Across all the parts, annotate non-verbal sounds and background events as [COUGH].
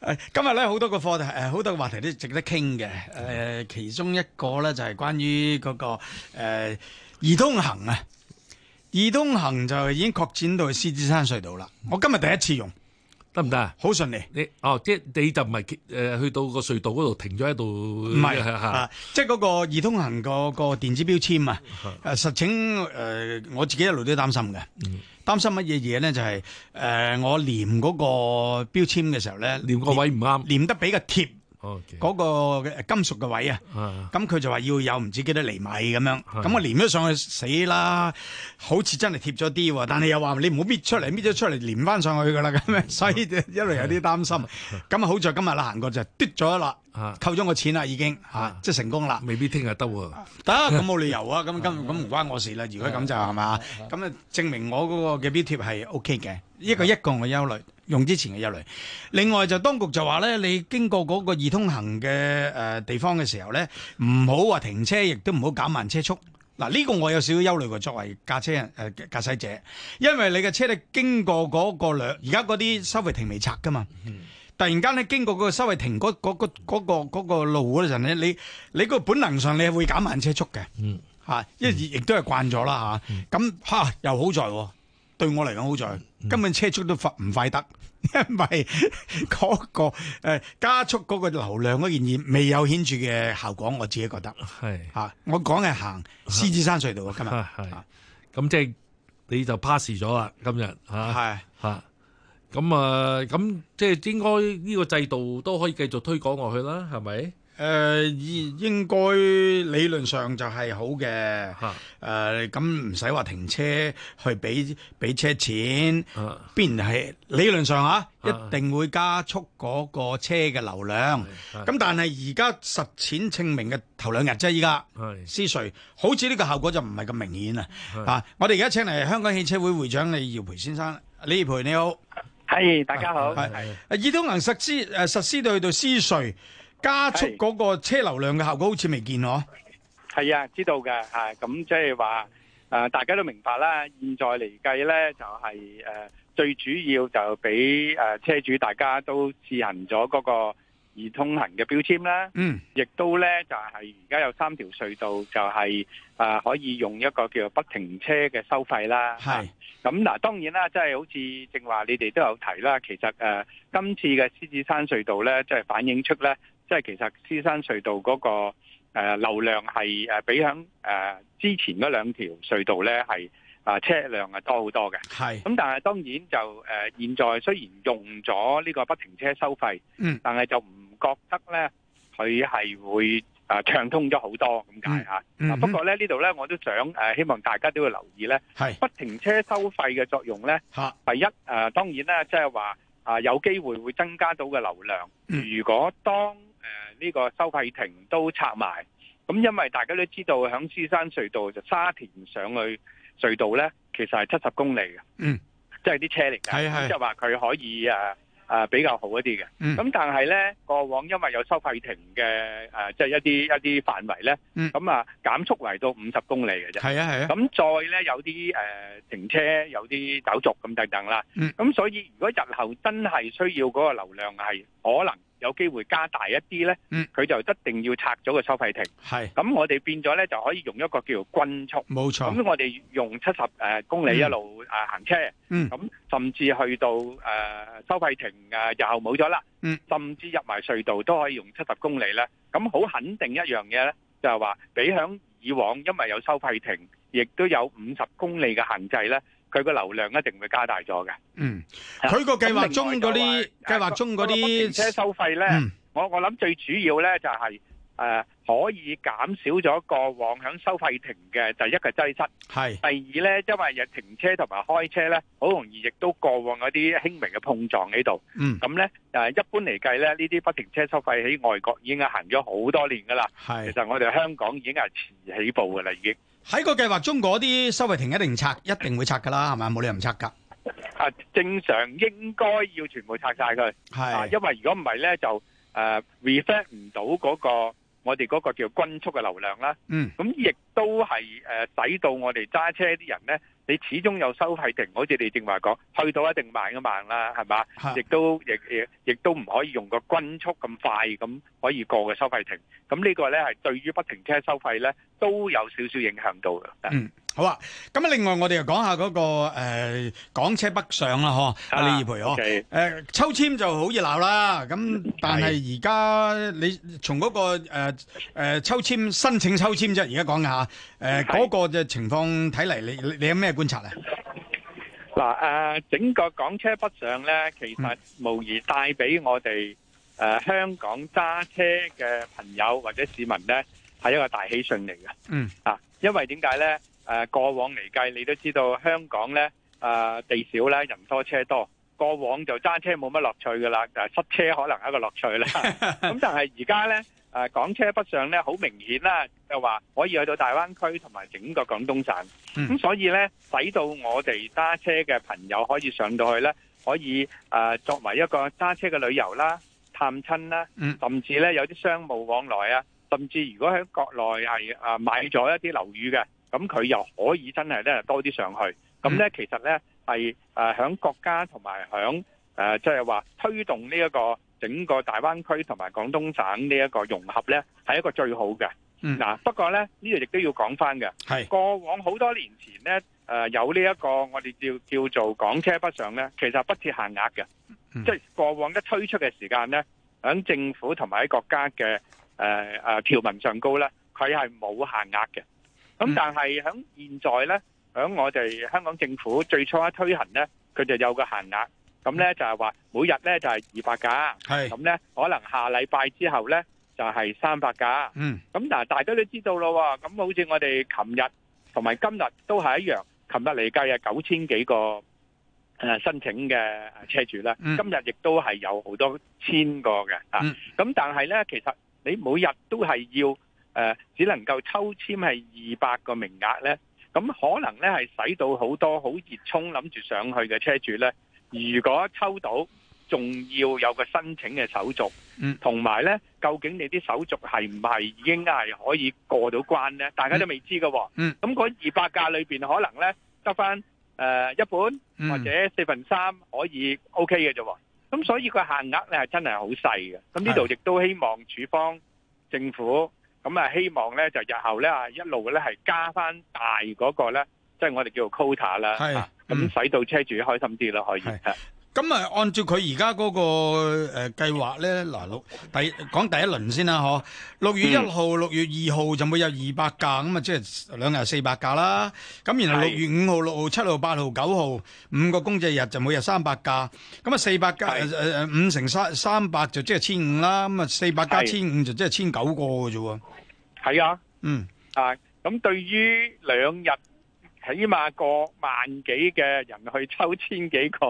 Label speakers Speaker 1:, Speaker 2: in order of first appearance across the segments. Speaker 1: 誒今日咧好多個課題，誒好多個話題都值得傾嘅。誒、其中一個咧就係關於嗰、個誒、易通行啊，易通行就已經擴展到去獅子山隧道啦。我今日第一次用，
Speaker 2: 得唔得啊？
Speaker 1: 好順利，
Speaker 2: 你哦，即係你就唔係誒去到個隧道嗰度停咗喺度，
Speaker 1: 唔係
Speaker 2: 嚇
Speaker 1: 啊，即係嗰個易通行個個電子標籤啊。誒實情誒、我自己一路都擔心嘅，擔心乜嘢嘢咧？就係、誒我黏嗰個標籤嘅時候咧，
Speaker 2: 連個位唔啱。
Speaker 1: 黏得比較貼
Speaker 2: OK，
Speaker 1: 嗰個金屬嘅位啊。
Speaker 2: 啊
Speaker 1: 咁佢就話要有唔知幾多厘米咁樣，
Speaker 2: 係
Speaker 1: 咁我黏咗上去死啦，好似真係貼咗啲喎，但係又話你唔好搣出嚟，搣咗出嚟黏翻上去噶啦，咁
Speaker 2: 嗯
Speaker 1: 樣，所以就一路有啲擔心。咁啊好在今日啦，行過就嘟咗啦，
Speaker 2: 啊，
Speaker 1: 扣咗我錢啦已經嚇，即係成功啦。
Speaker 2: 未必聽日得喎。
Speaker 1: 得咁冇理由啊！ [LAUGHS] 咁今咁唔關我事啦。如果咁就係嘛，咁啊證明我嗰個嘅標貼係 O K 嘅。一個一個我憂慮，用之前嘅憂慮。另外就當局就話咧，你經過嗰個易通行嘅誒、呃地方嘅時候咧，唔好話停車，亦都唔好減慢車速。嗱，呢個我有少少憂慮嘅，作為駕車人誒、呃、駕駛者，因為你嘅車咧經過嗰個兩，而家嗰啲收費亭未拆噶嘛。突然間咧，經過嗰個收費亭嗰嗰嗰嗰個嗰個路嗰陣咧，你你個本能上你係會減慢車速嘅，
Speaker 2: 嗯
Speaker 1: 嚇，因為亦都係慣咗啦嚇。咁嚇又好在喎，對我嚟講好在，
Speaker 2: 嗯
Speaker 1: 根本車速都快唔快得， [LAUGHS] 因為嗰個誒加速嗰個流量嗰件嘢未有顯著嘅效果，我自己覺得
Speaker 2: 係
Speaker 1: 嚇。我講嘅行
Speaker 2: 啊
Speaker 1: 獅子山隧道啊，今日
Speaker 2: 係係。咁即係你就 pass 咗啦，今日嚇
Speaker 1: 係
Speaker 2: 嚇。咁啊，咁即係應該呢個制度都可以繼續推廣落去啦，係咪？
Speaker 1: 誒應應該理論上就係好嘅。
Speaker 2: 嚇
Speaker 1: 誒呃咁唔使話停車去俾俾車錢，
Speaker 2: 啊
Speaker 1: 必然係理論上嚇
Speaker 2: 啊
Speaker 1: 一定會加速嗰個車嘅流量。
Speaker 2: 係
Speaker 1: 咁但係而家實踐證明嘅頭兩日啫，依家
Speaker 2: 係
Speaker 1: 思瑞好似呢個效果就唔係咁明顯啊！
Speaker 2: 係
Speaker 1: 啊，我哋而家請嚟香港汽車會會長李耀培先生，李耀培你好。
Speaker 3: 系，大家好。
Speaker 1: 係誒易通行實施誒實施到去到思瑞加速
Speaker 3: 係
Speaker 1: 嗰個車流量嘅效果好似未見喎。
Speaker 3: 系啊，知道嘅吓，咁即係話诶，大家都明白啦。現在嚟計咧，就係呃最主要就俾诶车主大家都試行咗嗰個易通行嘅標籤啦，
Speaker 1: 嗯，
Speaker 3: 亦都咧就係而家有三條隧道就係呃可以用一個叫做不停車嘅收費啦。
Speaker 1: 係
Speaker 3: 咁嗱，當然啦，即係好似正話你哋都有提啦，其實誒、呃今次嘅獅子山隧道咧，即係反映出咧，即係其實獅子山隧道嗰、個、呃、流量係誒比響誒、呃之前嗰兩條隧道咧係啊車輛係多好多嘅。
Speaker 1: 係
Speaker 3: 咁但係當然就誒、呃，現在雖然用咗呢個不停車收費，
Speaker 1: 嗯
Speaker 3: 但係就唔覺得咧佢係會誒暢通咗好多咁解嚇。啊
Speaker 1: 嗯
Speaker 3: 不過咧呢度咧我都想誒、呃希望大家都要留意咧。
Speaker 1: 係
Speaker 3: 不停車收費嘅作用呢，
Speaker 1: 嚇
Speaker 3: 第一誒、呃、當然啦，即係話啊有機會會增加到嘅流量。
Speaker 1: 嗯
Speaker 3: 如果當誒呃呢、個收費亭都拆埋，咁因為大家都知道響獅山隧道就沙田上去隧道呢，其實係七十公里嘅，
Speaker 1: 嗯，
Speaker 3: 即係啲車嚟
Speaker 1: 係係
Speaker 3: 嘅，即係話佢可以誒誒、呃呃比較好一啲嘅。
Speaker 1: 嗯
Speaker 3: 咁但係咧，過往因為有收費亭嘅誒，即係一啲一啲範圍咧
Speaker 1: 嗯，
Speaker 3: 咁啊減速為到五十公里嘅啫。
Speaker 1: 係啊係啊。
Speaker 3: 咁再咧有啲誒、呃停車，有啲走族咁等等啦。
Speaker 1: 嗯
Speaker 3: 咁、所以如果日後真係需要嗰個流量係可能有機會加大一啲咧，佢、
Speaker 1: 嗯
Speaker 3: 就一定要拆咗個收費亭。
Speaker 1: 係啊
Speaker 3: 咁我哋變咗咧就可以用一個叫做均速。
Speaker 1: 冇錯，
Speaker 3: 咁我哋用七十誒公里一路誒行車，咁、
Speaker 1: 嗯
Speaker 3: 甚至去到誒、呃收費亭誒日後冇咗啦，
Speaker 1: 嗯
Speaker 3: 甚至入埋隧道都可以用七十公里咧。咁好肯定一樣嘢咧，就係話比響以往，因為有收費亭，亦都有五十公里嘅限制咧，佢個流量一定會加大咗嘅。
Speaker 1: 嗯，佢個計劃中嗰啲計劃中嗰
Speaker 3: 停車
Speaker 1: 啲，
Speaker 3: 收費咧。
Speaker 1: 嗯
Speaker 3: 我我諗最主要咧就係、呃可以減少咗過往響收費亭嘅第一個擠塞，
Speaker 1: 係
Speaker 3: 第二咧因為有停車同埋開車咧，好容易亦都過往嗰啲輕微嘅碰撞喺度。
Speaker 1: 嗯
Speaker 3: 咁咧誒一般嚟計咧，呢啲不停車收費喺外國已經係行咗好多年㗎啦。其
Speaker 1: 係
Speaker 3: 實我哋香港已經係遲起步㗎啦，已經
Speaker 1: 喺個計劃中嗰啲收費亭一定拆，一定會拆㗎啦，係咪？冇理由唔拆㗎，
Speaker 3: 啊正常應該要全部拆晒佢。啊，
Speaker 1: 係
Speaker 3: 因為如果唔係咧，就誒 reflect 唔到嗰個我哋嗰個叫均速嘅流量啦。
Speaker 1: 嗯，
Speaker 3: 呃咁亦都係誒使到我哋揸車啲人咧你始終有收費亭，好似你正話講，去到一定慢一慢啦，係嘛？
Speaker 1: 嚇
Speaker 3: 亦都亦亦亦都唔可以用個均速咁快咁可以過嘅收費亭。咁呢個呢，係對於不停車收費呢，都有少少影響到嘅。
Speaker 1: 嗯，好啊。咁啊，另外我哋又講下嗰、個呃港車北上啦，嗬，阿李
Speaker 3: 啊
Speaker 1: 業培嗬。
Speaker 3: OK，嗯
Speaker 1: 誒、抽籤就好熱鬧啦，咁但係而家你從嗰、個誒、誒抽籤申請抽籤啫，而家講嘅嚇，誒、嗰
Speaker 3: 係
Speaker 1: 個嘅情況睇嚟，你你你有咩觀察啊？
Speaker 3: 嗱啊，整個港車北上呢，其實
Speaker 1: 嗯
Speaker 3: 無疑帶俾我哋誒、呃香港揸車嘅朋友或者市民呢，係一個大喜訊嚟嘅。
Speaker 1: 嗯
Speaker 3: 啊，因為點解呢？誒、過往嚟計，你都知道香港呢，誒、地少啦，人多車多。過往就揸車冇乜樂趣噶啦，誒塞車可能係一個樂趣
Speaker 1: [LAUGHS]
Speaker 3: 啦。咁但係而家呢，誒、港車北上呢，好明顯啦，就話可以去到大灣區同埋整個廣東省。咁、
Speaker 1: 嗯
Speaker 3: 所以呢，使到我哋揸車嘅朋友可以上到去呢，可以誒、呃作為一個揸車嘅旅遊啦、探親啦，
Speaker 1: 嗯
Speaker 3: 甚至呢有啲商務往來啊，甚至如果喺國內係誒買咗一啲樓宇嘅，咁佢又可以真係呢多啲上去。咁
Speaker 1: 嗯
Speaker 3: 呢，其實呢係誒響國家同埋響誒即係話推動呢一個整個大灣區同埋廣東省呢一個融合呢，係一個最好嘅。
Speaker 1: 嗯
Speaker 3: 嗱，不過呢，呢度亦都要講翻嘅。
Speaker 1: 係
Speaker 3: 過往好多年前呢，誒、呃有呢一個我哋叫叫做港車北上呢，其實不設限額嘅，
Speaker 1: 嗯
Speaker 3: 即係過往一推出嘅時間呢，喺政府同埋喺國家嘅誒誒條文上高呢，佢係冇限額嘅。咁
Speaker 1: 嗯
Speaker 3: 但係喺現在呢，喺我哋香港政府最初一推行呢，佢就有個限額，咁呢，就係話每日呢就係二百架，
Speaker 1: 嗯係
Speaker 3: 咁呢，可能下禮拜之後呢，就係三百架。
Speaker 1: 嗯
Speaker 3: 咁嗱，大家都知道咯喎，咁好似我哋琴日同埋今日都係一樣，琴日嚟計啊係九千幾個誒申請嘅車主啦，
Speaker 1: 嗯
Speaker 3: 今日亦都係有好多千個嘅啊
Speaker 1: 嗯。
Speaker 3: 咁但係咧，其實你每日都係要誒、呃只能夠抽籤係二百個名額咧，咁可能咧係使到好多好熱衷諗住上去嘅車主咧，如果抽到，仲要有個申請嘅手續。
Speaker 1: 嗯
Speaker 3: 同埋咧，究竟你啲手續係唔係已經係可以過到關咧？大家都未知嘅喎、
Speaker 1: 嗯
Speaker 3: 咁嗰二百架裏邊，可能咧得翻誒一半
Speaker 1: 嗯
Speaker 3: 或者四分三可以 OK 嘅啫喎。咁所以個限額咧係真係好細嘅。咁呢度亦都希望處方政府咁啊，希望咧就日後咧啊一路咧係加翻大嗰個咧，即係我哋叫做 quota 啦。
Speaker 1: 係
Speaker 3: 啊
Speaker 1: 嗯
Speaker 3: 咁使到車主開心啲咯，可以。
Speaker 1: 係
Speaker 3: 啊
Speaker 1: 咁啊，按照佢而家嗰個誒計劃咧，嗱六第講第一輪先啦，嗬。六
Speaker 3: 嗯
Speaker 1: 月一號、六月二號就每有二百架，咁啊即係兩日四百架啦。咁然後
Speaker 3: 係
Speaker 1: 六月五號、六號、七號、八號、九號五個公祭日就每日三百架，咁啊四百架誒
Speaker 3: 係
Speaker 1: 誒五乘三三百就即係千五啦，咁啊四百加
Speaker 3: 係
Speaker 1: 千五就即係千九個嘅啫喎。
Speaker 3: 係啊。
Speaker 1: 嗯
Speaker 3: 啊，咁對於兩日起碼過萬幾嘅人去抽千幾個，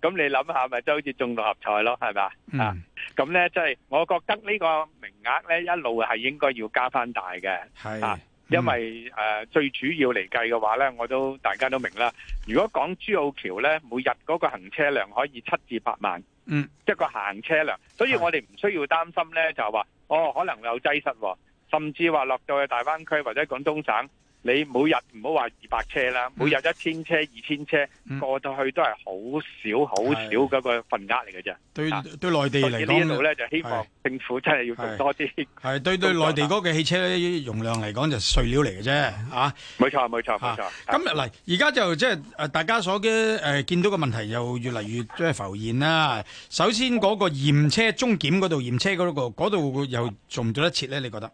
Speaker 3: 咁你諗下咪即係好似中六合彩咯，係咪啊？啊
Speaker 1: 嗯，
Speaker 3: 咁呢，即係我覺得呢個名額呢，一路係應該要加翻大嘅，
Speaker 1: 係
Speaker 3: 啊，因為誒、呃最主要嚟計嘅話呢，我都大家都明啦。如果講珠澳橋呢，每日嗰個行車量可以七至八萬，
Speaker 1: 嗯，
Speaker 3: 一個行車量，所以
Speaker 1: 係
Speaker 3: 我哋唔需要擔心呢，就係話哦，可能有擠塞喎，甚至話落到去大灣區或者廣東省，你每日唔好話二百車啦，每日一千車、二千車
Speaker 1: 嗯
Speaker 3: 過到去都係好少、好
Speaker 1: 係
Speaker 3: 少嗰個份額嚟嘅啫。
Speaker 1: 嗯對
Speaker 3: 啊
Speaker 1: 對內地
Speaker 3: 所
Speaker 1: 嚟
Speaker 3: 以呢一度
Speaker 1: 講，
Speaker 3: 呢，就希望政府真係要
Speaker 1: 係
Speaker 3: 做多啲。
Speaker 1: 係對對內地嗰個汽車容量嚟講就碎料嚟嘅啫，啊。
Speaker 3: 冇錯，冇錯，冇錯。
Speaker 1: 咁嗱，而家就即係誒，大家所嘅誒、呃、見到嘅問題又越嚟越即係浮現啦。首先嗰個驗車中檢嗰度驗車嗰、個嗰度又做唔做得切咧？你覺得？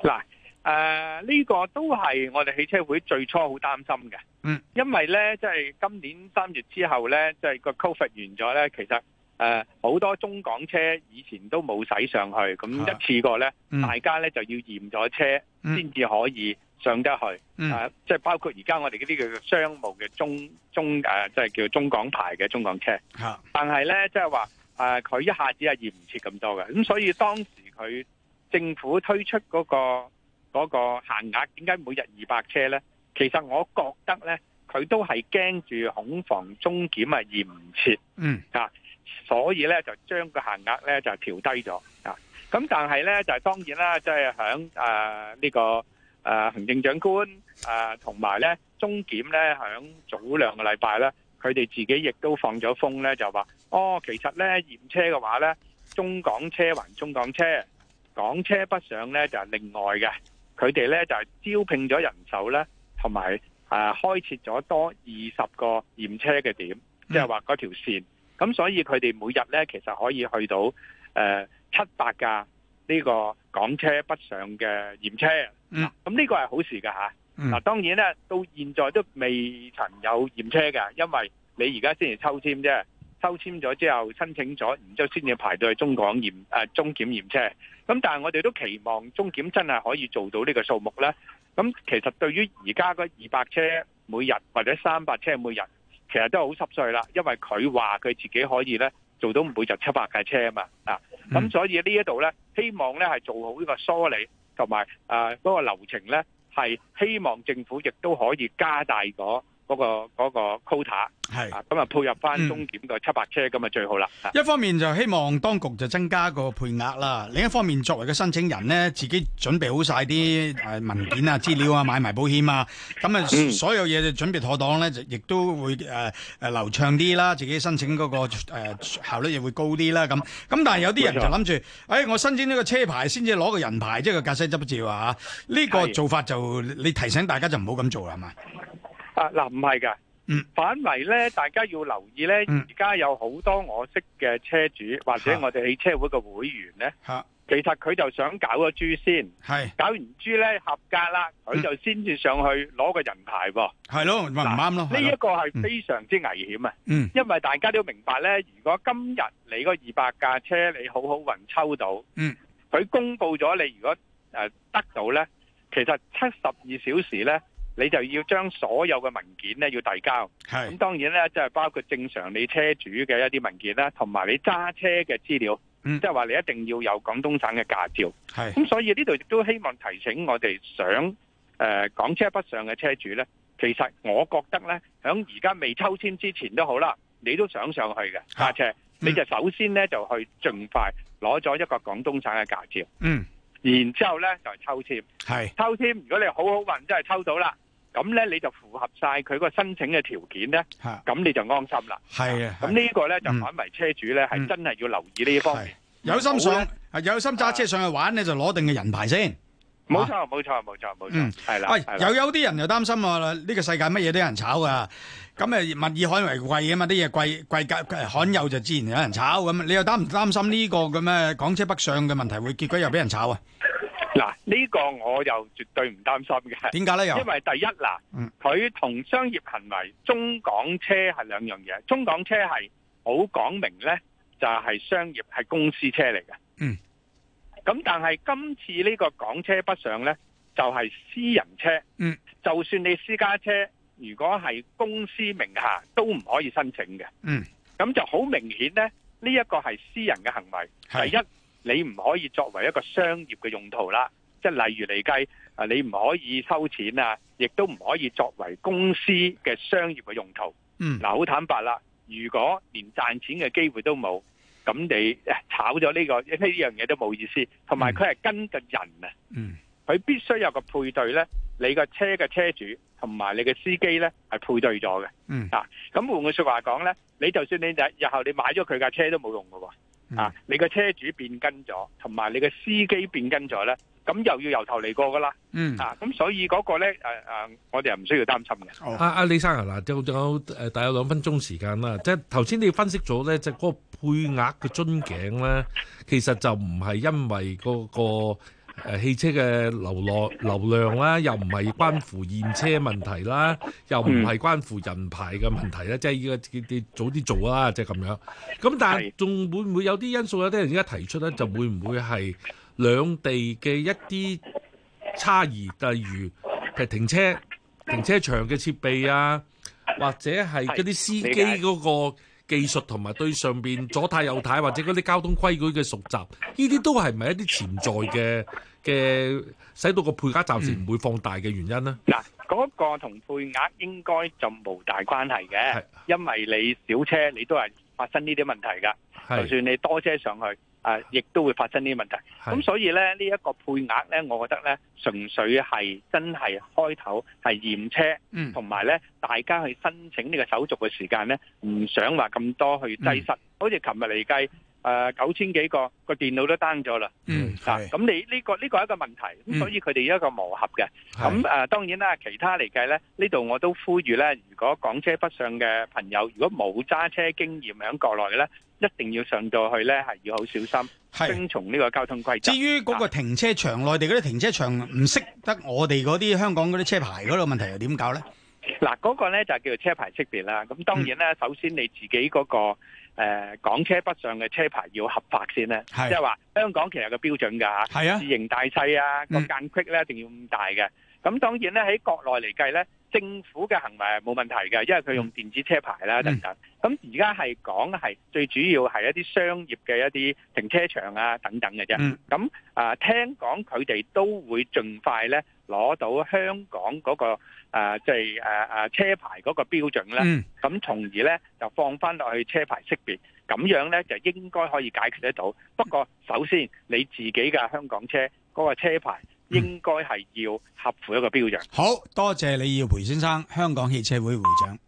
Speaker 3: 嗱，誒呃呢個都係我哋汽車會最初好擔心嘅，
Speaker 1: 嗯，
Speaker 3: 因為咧即係今年三月之後咧，即係個 Covid 完咗咧，其實誒好、多中港車以前都冇駛上去，咁
Speaker 1: 啊
Speaker 3: 一次過咧，
Speaker 1: 嗯
Speaker 3: 大家咧就要驗咗車
Speaker 1: 嗯
Speaker 3: 先至可以上得去。
Speaker 1: 嗯
Speaker 3: 啊，即係包括而家我哋嗰啲叫做商務嘅中中呃誒，即係叫中港牌嘅中港車。
Speaker 1: 嚇
Speaker 3: 但係咧，即係話誒，佢、一下子係驗唔切咁多嘅，咁所以當時佢政府推出嗰、個嗰、個限額，點解每日二百車咧？其實我覺得咧，佢都係驚住恐防中檢啊驗唔切，
Speaker 1: 嗯
Speaker 3: 所以咧就將個限額咧就調低咗啊。咁但係咧就係啊當然啦，即係響誒呢個誒、呃行政長官誒同埋咧中檢咧響早兩個禮呃拜咧，佢哋自己亦都放咗風咧，就話哦，其實咧驗車嘅話咧，中港車還中港車，港車北上咧就係、另外嘅，佢哋咧就係、招聘咗人手咧，同埋誒開設咗多二十個驗車嘅點，即係話嗰條線。咁所以佢哋每日咧其實可以去到誒七百架呢個港車北上嘅驗車。
Speaker 1: 嗯
Speaker 3: 嗱咁呢個係好事㗎嚇。
Speaker 1: 嗯
Speaker 3: 嗱，當然咧，到現在都未曾有驗車嘅，因為你而家先至抽籤啫，抽籤咗之後申請咗，然之後先至排到去中港驗誒、呃中檢驗車。咁但係我哋都期望中檢真係可以做到呢個數目咧。咁其實對於而家嗰二百車每日或者三百車每日，其實都好濕碎啦，因為佢話佢自己可以咧做到每日七百架車啊嘛，啊，
Speaker 1: 嗯
Speaker 3: 咁所以呢一度咧，希望咧係做好呢個梳理同埋誒嗰個流程咧，係希望政府亦都可以加大嗰、嗰個嗰、個 quota
Speaker 1: 係。
Speaker 3: 啊，咁啊配合
Speaker 1: 嗯
Speaker 3: 翻中檢個七百車咁啊最好啦。啊
Speaker 1: [LAUGHS] 一方面就希望當局就增加個配額啦，另一方面作為個申請人呢，自己準備好晒啲誒文件啊、資料啊、買埋保險啊，咁啊
Speaker 3: 嗯
Speaker 1: 所有嘢就準備妥當呢，就亦都會誒誒、呃流暢啲啦，自己申請嗰、個、呃、效率亦會高啲啦。咁咁但係有啲人就諗住，誒、哎我申請呢個車牌先至攞個人牌，即係個駕駛執照啊嚇呢、個
Speaker 3: 係
Speaker 1: 做法就你提醒大家就唔好咁做啦，係咪？
Speaker 3: 啊，嗱，唔係噶
Speaker 1: 嗯，
Speaker 3: 反為咧，大家要留意咧，
Speaker 1: 嗯
Speaker 3: 而家有好多我識嘅車主或者
Speaker 1: 嚇
Speaker 3: 我哋汽車會嘅會員咧，
Speaker 1: 嚇，
Speaker 3: 其實佢就想搞個豬先，
Speaker 1: 係
Speaker 3: 搞完豬咧合格啦，
Speaker 1: 嗯
Speaker 3: 佢就先至上去攞個人牌喎。
Speaker 1: 係咯，咪唔啱咯，
Speaker 3: 呢
Speaker 1: 哦係
Speaker 3: 一
Speaker 1: 咯
Speaker 3: 個係非常之危險啊！
Speaker 1: 嗯
Speaker 3: 因為大家都明白咧，如果今日你嗰二百架車你好好運抽到，
Speaker 1: 嗯，
Speaker 3: 佢公布咗你如果誒得到咧，其實七十二小時咧，你就要將所有嘅文件咧要遞交。
Speaker 1: 係
Speaker 3: 咁當然咧，即係包括正常你車主嘅一啲文件啦，同埋你揸車嘅資料，
Speaker 1: 嗯
Speaker 3: 即係話你一定要有廣東省嘅駕照。
Speaker 1: 係
Speaker 3: 咁所以呢度亦都希望提醒我哋想誒、呃、港車北上嘅車主呢，其實我覺得呢，響而家未抽籤之前都好啦，你都想上去嘅
Speaker 1: 嚇嗯
Speaker 3: 揸車，你就首先呢，就去盡快攞咗一個廣東省嘅駕照，
Speaker 1: 嗯
Speaker 3: 然之後呢，就抽籤，
Speaker 1: 係
Speaker 3: 抽籤如果你好好運真係抽到啦，咁呢，你就符合晒佢個申請嘅條件呢，
Speaker 1: 嚇
Speaker 3: 咁你就安心啦。
Speaker 1: 係啊。
Speaker 3: 咁呢個呢，就
Speaker 1: 嗯
Speaker 3: 反為車主呢，係
Speaker 1: 嗯
Speaker 3: 真係要留意呢一方面。
Speaker 1: 有心上
Speaker 3: 好咧
Speaker 1: 係有心揸車上去玩咧，就攞定嘅人牌先。
Speaker 3: 冇錯，冇錯，冇錯，冇
Speaker 1: 嗯
Speaker 3: 錯，係啦，
Speaker 1: 喂
Speaker 3: 係，啦
Speaker 1: 又有啲人又擔心啊，呢個世界乜嘢都有人炒噶。咁啊，物以罕為貴啊嘛，啲嘢貴貴價罕有就自然有人炒咁。你又擔唔擔心呢個咁嘅港車北上嘅問題會結果又俾人炒啊？
Speaker 3: 嗱，呢個我又絕對唔擔心嘅，
Speaker 1: 點解咧？又
Speaker 3: 因為第一嗱
Speaker 1: 嗯，
Speaker 3: 佢同商業行為中港車係兩樣嘢，中港車係好講明呢，就係商業係公司車嚟嘅。
Speaker 1: 嗯。
Speaker 3: 咁但係今次呢個港車北上呢，就係私人車。
Speaker 1: 嗯。
Speaker 3: 就算你私家車，如果係公司名下都唔可以申請嘅。
Speaker 1: 嗯。
Speaker 3: 咁就好明顯呢，呢一個係私人嘅行為。第
Speaker 1: 係
Speaker 3: 一，你唔可以作為一個商業嘅用途啦，即係例如嚟計，啊你唔可以收錢啊，亦都唔可以作為公司嘅商業嘅用途。
Speaker 1: 嗯
Speaker 3: 嗱，好坦白啦，如果連賺錢嘅機會都冇，咁你誒炒咗呢、個呢樣嘢都冇意思，同埋佢係跟個人啊，
Speaker 1: 嗯
Speaker 3: 佢必須有個配對呢，你個車嘅車主同埋你嘅司機呢係配對咗嘅。
Speaker 1: 嗯
Speaker 3: 咁換句説話講呢，你就算你日日後你買咗佢架車都冇用嘅
Speaker 1: 嗯
Speaker 3: 喎，啊，你個車主變更咗，同埋你嘅司機變更咗呢，咁又要由頭嚟過噶啦，
Speaker 1: 嗯，
Speaker 3: 啊，咁所以嗰個呢，誒、誒，我哋又唔需要擔心嘅。
Speaker 1: 哦
Speaker 2: 阿阿李生啊，嗱，仲仲有誒，大約兩分鐘時間啦。即係頭先你分析咗咧，即係嗰個配額嘅樽頸咧，其實就唔係因為嗰個呃誒汽車嘅流量流量啦，又唔係關乎驗車問題啦，又唔係關乎人牌嘅問題啦。即係依家你你早啲做啦，即係咁樣。咁但係
Speaker 3: 係
Speaker 2: 仲會唔會有啲因素？有啲人而家提出咧，就會唔會係兩地嘅一啲差異，例如譬如停車、停車場嘅設備啊，或者係嗰啲司機
Speaker 3: 理解
Speaker 2: 嗰個技術同埋對上邊左睇右睇，或者嗰啲交通規矩嘅熟習，呢啲都係咪一啲潛在嘅嘅，使到個配額暫時唔會放大嘅原因呢？
Speaker 3: 嗱，嗰個同配額應該就冇大關
Speaker 2: 係
Speaker 3: 係嘅，因為你小車你都係發生呢啲問題㗎。就
Speaker 2: 係
Speaker 3: 算你多車上去，啊，亦都會發生呢啲問題。咁
Speaker 2: 係
Speaker 3: 所以咧，呢、一個配額咧，我覺得咧，純粹係真係開頭係驗車，
Speaker 1: 嗯
Speaker 3: 同埋咧，大家去申請呢個手續嘅時間咧，唔想話咁多去
Speaker 1: 嗯
Speaker 3: 擠塞。好似琴日嚟計，誒九千幾個個電腦都 down 咗啦。
Speaker 1: 嗯，
Speaker 3: 啊
Speaker 1: 係
Speaker 3: 咁你呢、個呢、個係一個問題，
Speaker 1: 嗯
Speaker 3: 咁所以佢哋有一個磨合嘅。咁
Speaker 1: 係
Speaker 3: 誒、呃、當然啦，其他嚟計咧，呢度我都呼籲咧，如果港車北上嘅朋友，如果冇揸車經驗喺國內嘅咧，一定要上到去咧，係要好小心，
Speaker 1: 係。
Speaker 3: 遵從呢個交通規則
Speaker 1: 至。於嗰個停車場，內地嗰啲停車場唔識得我哋嗰啲香港嗰啲車牌嗰個問題又點搞咧？
Speaker 3: 嗱，嗰個咧就係叫做車牌識別啦。咁當然咧，首先你自己嗰、個、呃、港車北上嘅車牌要合法先咧，即
Speaker 1: 係
Speaker 3: 係話香港其實有個標準㗎嚇。
Speaker 1: 係啊
Speaker 3: 字，形大細啊，個
Speaker 1: 嗯
Speaker 3: 間隙咧一定要咁大嘅。咁當然咧喺國內嚟計咧，政府嘅行為係冇問題嘅，因為佢用電子車牌啦
Speaker 1: 嗯
Speaker 3: 等等。咁而家係講係最主要係一啲商業嘅一啲停車場啊等等嘅啫。
Speaker 1: 嗯
Speaker 3: 咁啊，聽講佢哋都會盡快咧攞到香港嗰個啊，即係誒誒車牌嗰個標準咧。
Speaker 1: 嗯，
Speaker 3: 咁從而咧就放翻落去車牌識別，咁樣咧就應該可以解決得到。不過首先你自己嘅香港車嗰個車牌應該係要合乎一個標準。
Speaker 1: 好多謝李耀培先生，香港汽車會會長。